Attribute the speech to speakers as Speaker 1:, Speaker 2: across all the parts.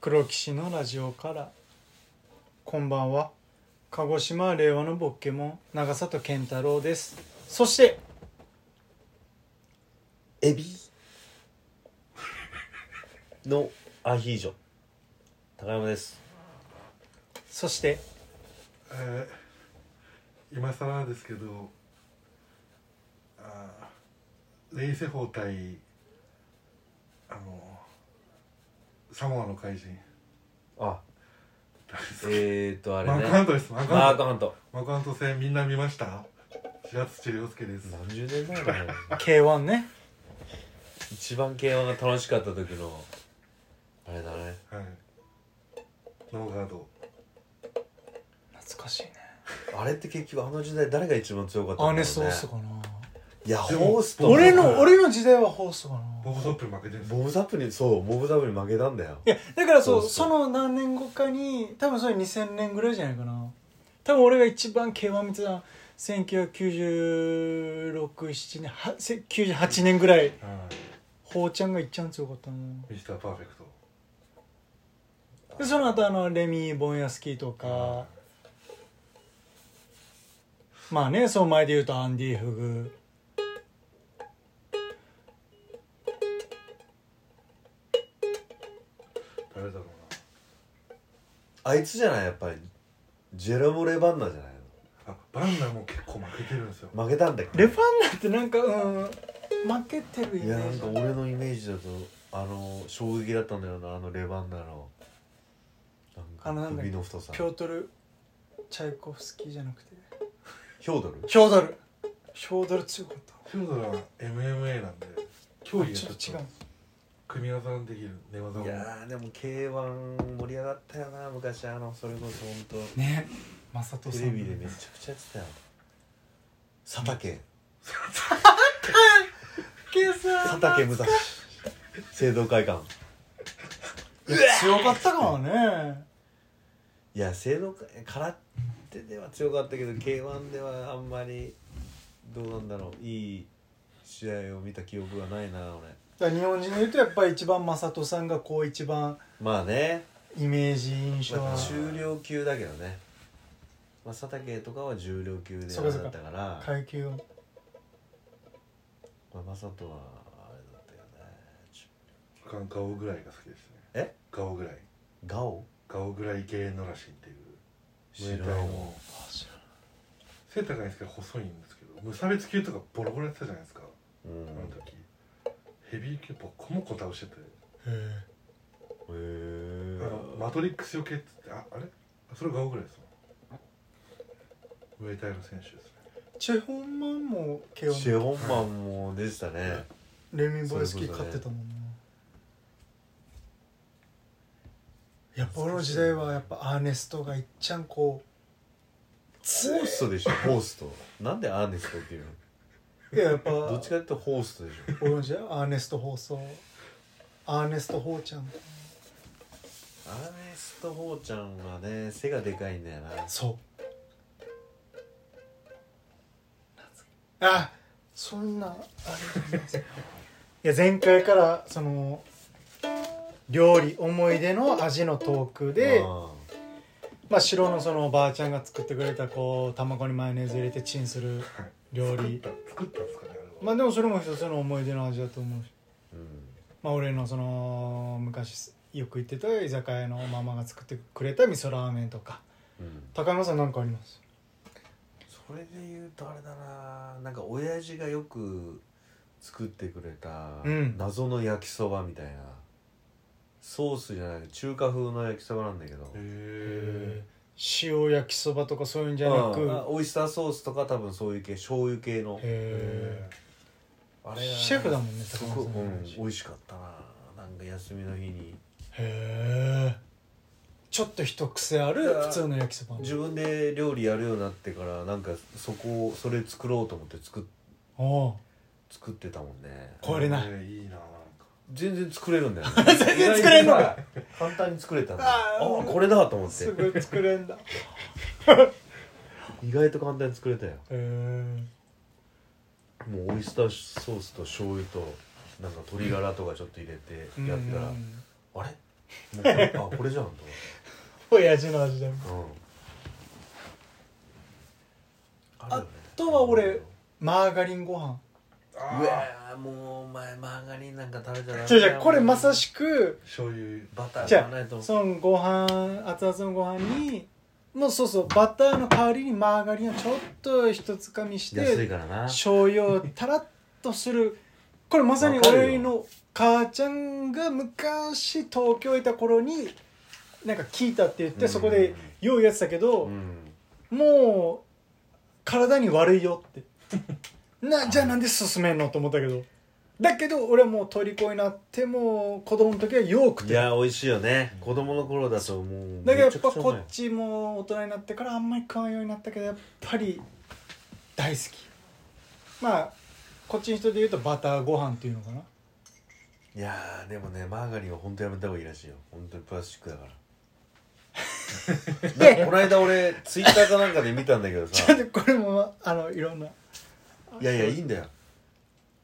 Speaker 1: 黒騎士のラジオからこんばんは鹿児島令和のボッケモン長里健太郎ですそして
Speaker 2: エビのアヒージョ高山です
Speaker 1: そして
Speaker 3: えー、今更なんですけどあーレイセ法対あのサモアの怪人
Speaker 2: あ
Speaker 3: 誰ですか
Speaker 2: えーとあれ
Speaker 3: マ
Speaker 2: ね
Speaker 3: ークハントですマーク
Speaker 2: マ
Speaker 3: ハ
Speaker 2: ー
Speaker 3: ン
Speaker 2: ク
Speaker 3: ト
Speaker 2: ハント
Speaker 3: マークハント戦みんな見ました白土亮介です
Speaker 2: 何十年前だね
Speaker 1: K1 ね
Speaker 2: 一番 K1 が楽しかった時のあれだね
Speaker 3: はいノーガード
Speaker 1: 懐かしいね
Speaker 2: あれって結局あの時代誰が一番強かった
Speaker 1: アー
Speaker 2: んだろうね
Speaker 1: ネス・ホースかない
Speaker 2: や
Speaker 3: でも
Speaker 2: ホースと
Speaker 1: 俺の俺の時代はホースかな
Speaker 3: ボブ・ソップに負けてるんですよ
Speaker 2: モブザップにそうモブザップに負けたんだよ
Speaker 1: いやだからそう
Speaker 2: そう
Speaker 1: そ
Speaker 2: そう
Speaker 1: の何年後かに多分それ2000年ぐらいじゃないかな多分俺が一番 K1 見てたの1996年はせ98年ぐらい
Speaker 3: はい
Speaker 1: ほうちゃんがいっちゃん強かったな
Speaker 3: ミスターパーフェクト
Speaker 1: でその後あのレミー・ボンヤスキーとかまあねその前で言うとアンディ・フグ
Speaker 3: 誰だろう
Speaker 2: あいつじゃないやっぱりジェロム・レバンナじゃない
Speaker 3: なあバンナも結構負けてるんですよ
Speaker 2: の負けたんだっけ
Speaker 1: レファンナってなんかうん負けてるイ
Speaker 2: い
Speaker 1: メ
Speaker 2: やな
Speaker 1: ー
Speaker 2: ん
Speaker 1: ジ
Speaker 2: か俺のイメージだとあの衝撃だったんだよなあのレバンナの
Speaker 1: あの
Speaker 2: な
Speaker 1: なん
Speaker 2: ん
Speaker 1: だ
Speaker 2: か
Speaker 1: っけ
Speaker 2: 首の太さ
Speaker 1: ピョートル・チャイコフスキーじゃなくて
Speaker 2: ヒョードル
Speaker 1: ヒョードルヒョードル強かった
Speaker 3: シュードラは MMA なんで競技が
Speaker 1: ち
Speaker 3: ち
Speaker 1: ょ
Speaker 3: ょ
Speaker 1: っ
Speaker 3: っ
Speaker 1: と違う
Speaker 3: と組み技のできる寝技も
Speaker 2: いやーでも K1 盛り上がったよな昔あのそれこそ本
Speaker 1: ねマサト
Speaker 2: 当
Speaker 1: さん
Speaker 2: テレビでめちゃくちゃやってたよ佐竹
Speaker 1: けさ
Speaker 2: 佐竹武蔵聖堂会館
Speaker 1: 強かったかもね
Speaker 2: いや聖堂会空手では強かったけど K1 ではあんまりどうなんだろういい試合を見た記憶がないな俺
Speaker 1: だから日本人で言うとやっぱり一番マサトさんがこう一番
Speaker 2: まあね
Speaker 1: イメージ印象
Speaker 2: ま
Speaker 1: は
Speaker 2: あ、中量級だけどね、まあ、佐竹とかは重量級で
Speaker 1: そ
Speaker 2: あ
Speaker 1: うか
Speaker 2: れ
Speaker 1: そ
Speaker 2: だ
Speaker 1: うか
Speaker 2: ったから
Speaker 1: 階級を
Speaker 2: まあ、正人はあれだったよねち
Speaker 3: 僕はガオぐらいが好きですね
Speaker 2: え
Speaker 3: ガオぐらい
Speaker 2: ガオ
Speaker 3: ガオぐらい系のらしいっていう
Speaker 2: 知らん
Speaker 3: ムエタイの
Speaker 1: 知
Speaker 3: 背高いんですけど細いんですけど無差別級とかボロボロやってたじゃないですか
Speaker 2: う
Speaker 3: あ
Speaker 2: ん
Speaker 3: の時ヘビー級ボコボコ倒してて
Speaker 1: らんへ
Speaker 2: へ
Speaker 3: あ
Speaker 2: え
Speaker 3: のマトリックスよけっつってああれあそれガオぐらいですもんムエタイの選手ですね
Speaker 1: えチェホンマンも慶
Speaker 2: シ
Speaker 1: 応
Speaker 2: ェホンマンも出てたね
Speaker 1: レミボイスキー勝ってたもんな、やっぱ俺の時代はやっぱアーネストがいっちゃんこ
Speaker 2: ホーストでしょ ホーストなんでアーネストっていう
Speaker 1: ういややっぱ
Speaker 2: のどっちかっていうとホーストでしょ
Speaker 1: 俺の時代はアーネスト放送アーネストホーちゃん
Speaker 2: アーネストホーちゃんはね背がでかいんだよな
Speaker 1: そうあそんなあれいや前回からその料理思い出の味のトークで、
Speaker 2: う
Speaker 1: まあ、白のそのばあちゃんが作ってくれたこう卵にマヨネーズ入れてチンする
Speaker 3: はい
Speaker 1: 料
Speaker 3: 作っ
Speaker 1: 理
Speaker 3: た作ったんですかねあれ
Speaker 1: ま
Speaker 3: は
Speaker 1: あでもそれも一つの思い出の味だと思うし
Speaker 2: んうん
Speaker 1: まあ、俺のその昔よく行ってた居酒屋のママが作ってくれた味噌ラーメンとか
Speaker 2: うん
Speaker 1: 高山さんなんかあります
Speaker 2: それで言うとあれだななんか親父がよく作ってくれた
Speaker 1: うん
Speaker 2: 謎の焼きそばみたいな、ソースじゃない中華風の焼きそばなんだけど
Speaker 3: へえ
Speaker 1: 塩焼きそばとかそういうんじゃなく
Speaker 2: うんあオイスターソースとか多分そういう系醤油系の
Speaker 1: へ
Speaker 2: あ
Speaker 1: ー
Speaker 2: れが
Speaker 1: シェフだもんね
Speaker 2: す
Speaker 1: 高
Speaker 2: ご
Speaker 1: 山
Speaker 2: く、
Speaker 1: さ
Speaker 2: うんん、美味しかったななんか休みの日に
Speaker 1: へえちょっと一癖ある普通の焼きそば
Speaker 2: 自分で料理やるようになってからなんかそこをそれ作ろうと思って作っ
Speaker 1: おお
Speaker 2: 作ってたもんね
Speaker 1: 壊れない
Speaker 3: いいいななんか
Speaker 2: 全然作れるんだよ、ね、
Speaker 1: 全然作れんのか
Speaker 2: 簡単に作れたんだ
Speaker 1: あ
Speaker 2: あ
Speaker 1: ー
Speaker 2: あこれだと思って
Speaker 1: すぐ作れんだへ
Speaker 2: 意外と簡単に作れたよ
Speaker 1: え
Speaker 2: もうオイスターソースと醤油となんか鶏ガラとかちょっと入れてやったら、あれな んかあこれじゃんと
Speaker 1: 親父の味でも
Speaker 2: 思って、うん、るよね
Speaker 1: あとは俺マーガリンご飯
Speaker 3: あ
Speaker 2: う
Speaker 3: ー
Speaker 2: わーもうお前マーガリンなんか食べちゃダメだ
Speaker 1: じゃじゃこれまさしく
Speaker 3: 醤油
Speaker 2: バター
Speaker 1: じ
Speaker 2: じゃ
Speaker 1: ゃ
Speaker 2: ないと
Speaker 1: そのご飯熱々のご飯にもうそうそうバターの代わりにマーガリンをちょっと一つかみし
Speaker 2: 安い
Speaker 1: て
Speaker 2: からな
Speaker 1: 醤油をたらっとするこれまさに俺の母ちゃんが昔東京いた頃になんか聞いたって言ってそこでようやつだけど、
Speaker 2: うん
Speaker 1: もう体に悪いよ ってなじゃあなんで勧めんのと思ったけどだけど俺はもう虜になってもう子供の時はよく
Speaker 2: い
Speaker 1: てだ
Speaker 2: や美味しいよね子供の頃だともう
Speaker 1: けどやっぱ
Speaker 2: めちゃくちゃう
Speaker 1: こ
Speaker 2: まい
Speaker 1: っちも大人になってからあんまり食わんようになったけどやっぱり大好きまあこっちの人で言うとバターご飯っていうのかない
Speaker 2: やーでもねマーガリンは本当やめた方がいいらしいよ本当にプラスチックだからなんかこの間俺ツイッターかなんかで見たんだけど
Speaker 1: ちょ
Speaker 2: さ
Speaker 1: っとこれもあのいろんない
Speaker 2: やいやいいんだよ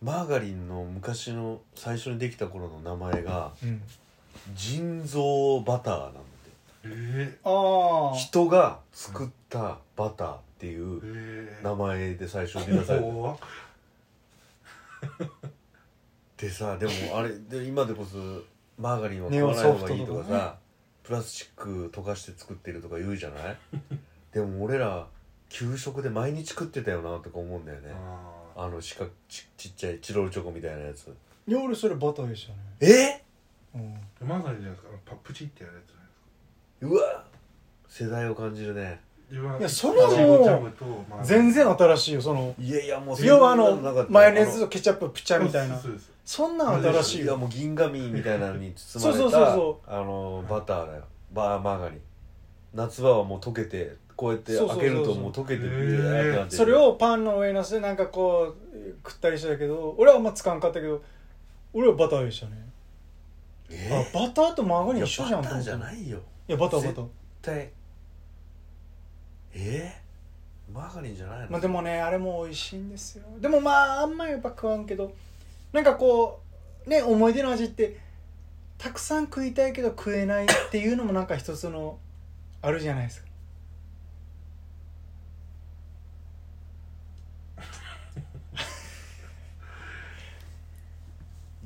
Speaker 2: マーガリンの昔の最初にできた頃の名前が
Speaker 1: うん
Speaker 2: 人造バターなんだって
Speaker 3: え
Speaker 1: ああ
Speaker 2: 人が作ったバターってい
Speaker 3: ー、
Speaker 2: う
Speaker 3: え
Speaker 2: 名前で最初に出された
Speaker 3: ー、
Speaker 2: でさでもあれで今でこそマーガリンは買わない方がいいとか
Speaker 1: ネオソフト
Speaker 2: さ
Speaker 1: とかね
Speaker 2: プラスチック溶かして作ってるとか言うじゃないでも俺ら給食で毎日食ってたよなとか思うんだよね
Speaker 3: あ
Speaker 2: あの四角ちちっちゃいチロルチョコみたいなやつ
Speaker 1: 夜それバターでしたねう
Speaker 2: え
Speaker 1: ん
Speaker 3: ーマーガリンじゃないですかあのパプチってやるやつじゃないです
Speaker 2: う
Speaker 3: か
Speaker 2: わ世代を感じるね
Speaker 3: 自分はい
Speaker 1: やそれはもう
Speaker 3: イチゴジャムとマーガリン
Speaker 1: 全然新しいよその
Speaker 2: いやいやもうそんな
Speaker 1: 要はあ
Speaker 2: んなか
Speaker 1: の
Speaker 2: った
Speaker 1: マヨネーズとケチャッププチャみたいな
Speaker 3: そうです
Speaker 1: そんなん新しい
Speaker 2: いや
Speaker 1: よ
Speaker 2: もう銀紙みたいなのに包まれた
Speaker 1: そうそうそうそ
Speaker 2: あのバターだよバーマーガリン夏場はもう溶けてこうやって
Speaker 1: そうそう
Speaker 2: 開
Speaker 1: そう
Speaker 2: ける
Speaker 1: そ
Speaker 2: と
Speaker 1: う
Speaker 2: もう溶けて
Speaker 3: へー
Speaker 2: ビューってなってる
Speaker 1: それをパンの上に乗せてなんかこう食ったりしたけど俺はあんまつかんかったけど俺はバターでしたねあ
Speaker 2: え
Speaker 1: バターとマーガ
Speaker 2: ー
Speaker 1: リ
Speaker 2: い
Speaker 1: ン
Speaker 2: や
Speaker 1: 一緒じゃん
Speaker 2: バターじゃ
Speaker 1: い
Speaker 2: ないよ
Speaker 1: いやバターバター
Speaker 2: 絶対えー、マーガリンじゃないの
Speaker 1: まあでもねあれも美味しいんですよでもまああんまやっぱ食わんけどなんかこうね思い出の味ってたくさん食いたいけど食えないっていうのもなんか一つのあるじゃないですか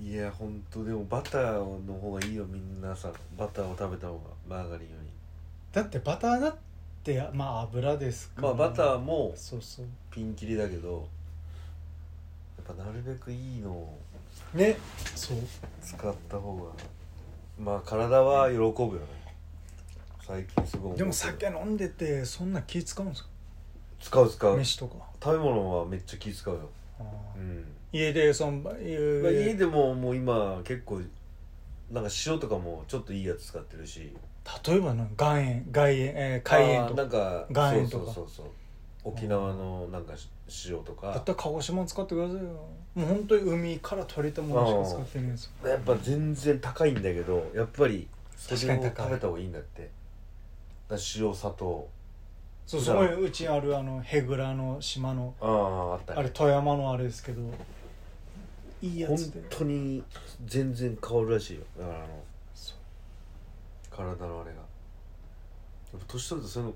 Speaker 2: いや本当でもバターの方がいいよみんなさバターを食べた方がマーガリンより
Speaker 1: だってバターだってまあ油ですか
Speaker 2: ま
Speaker 1: ら
Speaker 2: あバターも
Speaker 1: そうそう
Speaker 2: ピンキリだけどやっぱなるべくいいのを
Speaker 1: ねそう
Speaker 2: 使った方がまあ体は喜ぶよね最近すごい思うけど
Speaker 1: でも酒飲んでてそんな気使うんですか
Speaker 2: 使う使う
Speaker 1: 飯とか
Speaker 2: 食べ物はめっちゃ気使うよ
Speaker 1: あー
Speaker 2: うん
Speaker 1: 家でそのいう
Speaker 2: まあ、家でももう今結構なんか塩とかもちょっといいやつ使ってるし
Speaker 1: 例えばなんか岩塩外塩、えー、海塩
Speaker 2: あー
Speaker 1: と
Speaker 2: な
Speaker 1: か
Speaker 2: んか
Speaker 1: 岩塩とか
Speaker 2: そうそうそうそう沖縄のなんかし塩と
Speaker 1: だっ
Speaker 2: か
Speaker 1: たら鹿児島使ってくださいよもう本当に海から取れたものしか使ってないですよ
Speaker 2: やっぱ全然高いんだけどやっぱりそれを食
Speaker 1: 確
Speaker 2: べ
Speaker 1: か
Speaker 2: た
Speaker 1: に高い
Speaker 2: 方がいいんだってだから塩砂糖
Speaker 1: そうそうこれうちあるあのへぐらの島の
Speaker 2: あああったね
Speaker 1: あれ富山のあれですけどいいや
Speaker 2: 本
Speaker 1: つで
Speaker 2: 当に全然変わるらしいよだからあの
Speaker 1: そう
Speaker 2: 体のあれがやっぱ年取るとそういうの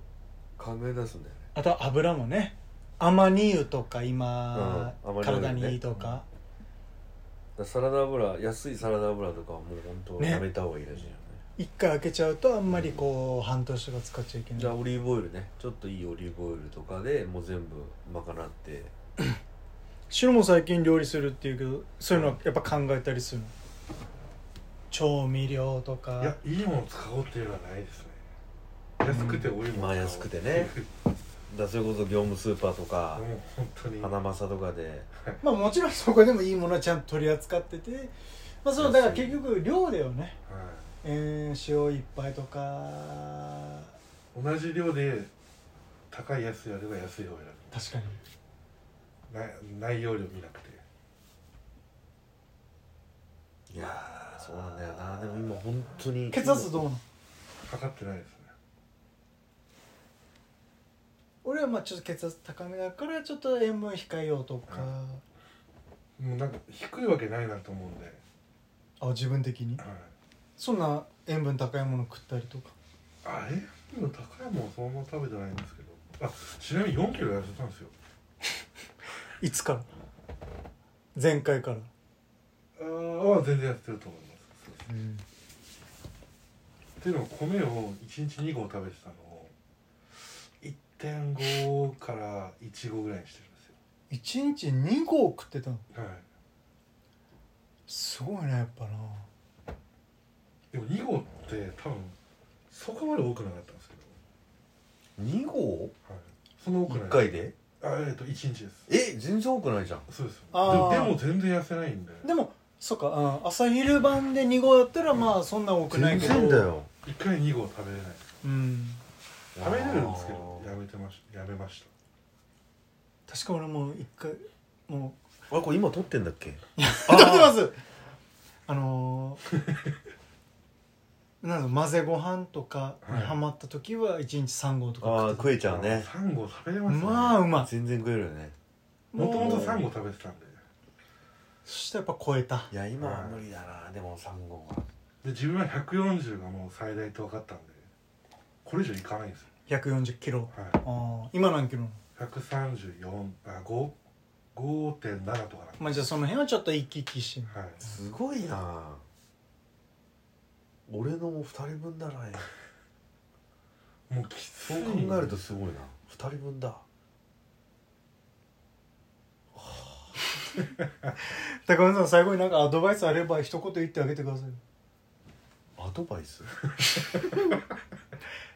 Speaker 2: 考え出すんだよね
Speaker 1: あとは油もねアマニ油とか今、
Speaker 2: うんアマニ油ね
Speaker 1: 体にいいとか、
Speaker 2: だからサラダ油安いサラダ油とかはもう本当
Speaker 1: ね
Speaker 2: やめた方がいいらしいよね
Speaker 1: 一回開けちゃうとあんまりこう半年とか使っちゃいけない
Speaker 2: じゃあオリーブオイルねちょっといいオリーブオイルとかでもう全部賄って
Speaker 1: 白も最近料理するっていうけどそういうのはやっぱ考えたりするの調味料と
Speaker 3: いや
Speaker 1: か
Speaker 3: いいもの使おうっていうのはないですね安くて多いもの使おう
Speaker 2: まあ安くてねだからそれこそ業務スーパーとか
Speaker 3: もう本当に
Speaker 2: 花正とかで
Speaker 1: まあもちろん そこでもいいものはちゃんと取り扱っててまあそうだから結局量だよね、
Speaker 3: はい
Speaker 1: えー、塩一杯とか
Speaker 3: 同じ量で高いやつやれば安い方を選
Speaker 1: 確かに
Speaker 3: ぶな内容量見なくて
Speaker 2: いやーそうなんだよなでも今本当に
Speaker 1: 血圧どうなの
Speaker 3: 測ってないですね
Speaker 1: 俺はまあちょっと血圧高めだからちょっと塩分控えようとか、
Speaker 3: もうなんか低いわけないなと思うんで、
Speaker 1: あ自分的に
Speaker 3: はい
Speaker 1: そんな塩分高いもの食ったりとか
Speaker 3: あれ塩分の高いものそのまま食べてないんですけどあちなみに4キロ痩せたんですよ
Speaker 1: いつから前回から、
Speaker 3: あーあ全然痩せてると思いますそうですっていうのも米を1日2合食べてたのを1.5から1合ぐらいにしてるんですよ
Speaker 1: 一1日2合食ってたの
Speaker 3: はい
Speaker 1: すごいねやっぱな
Speaker 3: でも2合って多分そこまで多くなかったんです
Speaker 2: 2
Speaker 3: けど、
Speaker 2: 合
Speaker 3: はい、その多くない
Speaker 2: 1回で
Speaker 3: あえっ、と1日です
Speaker 2: え全然多くないじゃん
Speaker 3: そうです
Speaker 1: あー
Speaker 3: ででも全然痩せないんで
Speaker 1: でもそっか、うん、朝昼晩で2合だったらまあそんな多くない
Speaker 2: 全
Speaker 1: けど
Speaker 2: 然だよ
Speaker 3: 1回2合食べれない
Speaker 1: うん
Speaker 3: 食べれるんですけど
Speaker 2: あ
Speaker 3: やめてましたやめまし
Speaker 1: 確か俺も一回も
Speaker 2: ーあれこれ今撮ってんだっ け
Speaker 1: う食べてますあのー、 なんだろう混ぜご飯とかにハマった時は1日3合と
Speaker 2: あー
Speaker 1: か食って
Speaker 2: 食えち
Speaker 3: た
Speaker 2: ゃうね
Speaker 3: 3合食べれ
Speaker 1: た
Speaker 3: ますね
Speaker 1: まあうま
Speaker 2: 全然食えるよね
Speaker 1: い
Speaker 3: もともと
Speaker 1: う
Speaker 3: 3合食べてたんで
Speaker 1: そしたらやっぱ超えた
Speaker 2: いや今は無理だなでも3合は
Speaker 3: で自分は140がもう最大と分かったんでこれ以上いかないんですよ、
Speaker 1: 140キロ
Speaker 3: は
Speaker 1: ああ今何キロなの
Speaker 3: い、134あ5 5.7とかなんで
Speaker 1: まあじゃあその辺はちょっと行き来して
Speaker 3: はい
Speaker 2: すごいな俺のも2人分だな
Speaker 3: もうきつい
Speaker 2: そう考えるとすごいな2人分だ
Speaker 1: 高野さん最後になんかアドバイスあれば一言言ってあげてください
Speaker 2: アドバイ ス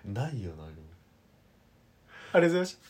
Speaker 2: ないよ何も
Speaker 1: ありがとうございました